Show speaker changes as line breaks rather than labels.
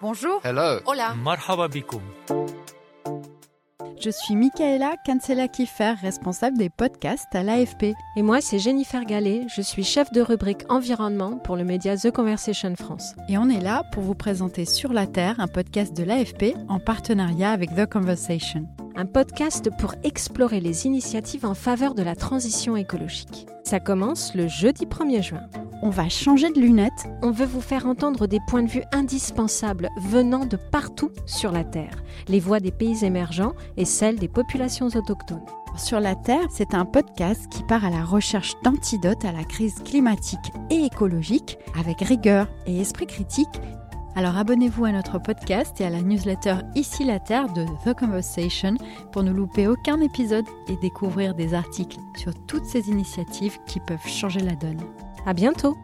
Bonjour.
Hello.
Hola.
Marhaba bikoum.
Je suis Michaela Kansela-Kiffer, responsable des podcasts à l'AFP.
Et moi, c'est Jennifer Gallet, je suis chef de rubrique environnement pour le média The Conversation France.
Et on est là pour vous présenter Sur la Terre, un podcast de l'AFP en partenariat avec The Conversation.
Un podcast pour explorer les initiatives en faveur de la transition écologique. Ça commence le jeudi 1er juin.
On va changer de lunettes.
On veut vous faire entendre des points de vue indispensables venant de partout sur la Terre, les voix des pays émergents et celles des populations autochtones.
Sur la Terre, c'est un podcast qui part à la recherche d'antidotes à la crise climatique et écologique avec rigueur et esprit critique. Alors abonnez-vous à notre podcast et à la newsletter Ici la Terre de The Conversation pour ne louper aucun épisode et découvrir des articles sur toutes ces initiatives qui peuvent changer la donne.
À bientôt!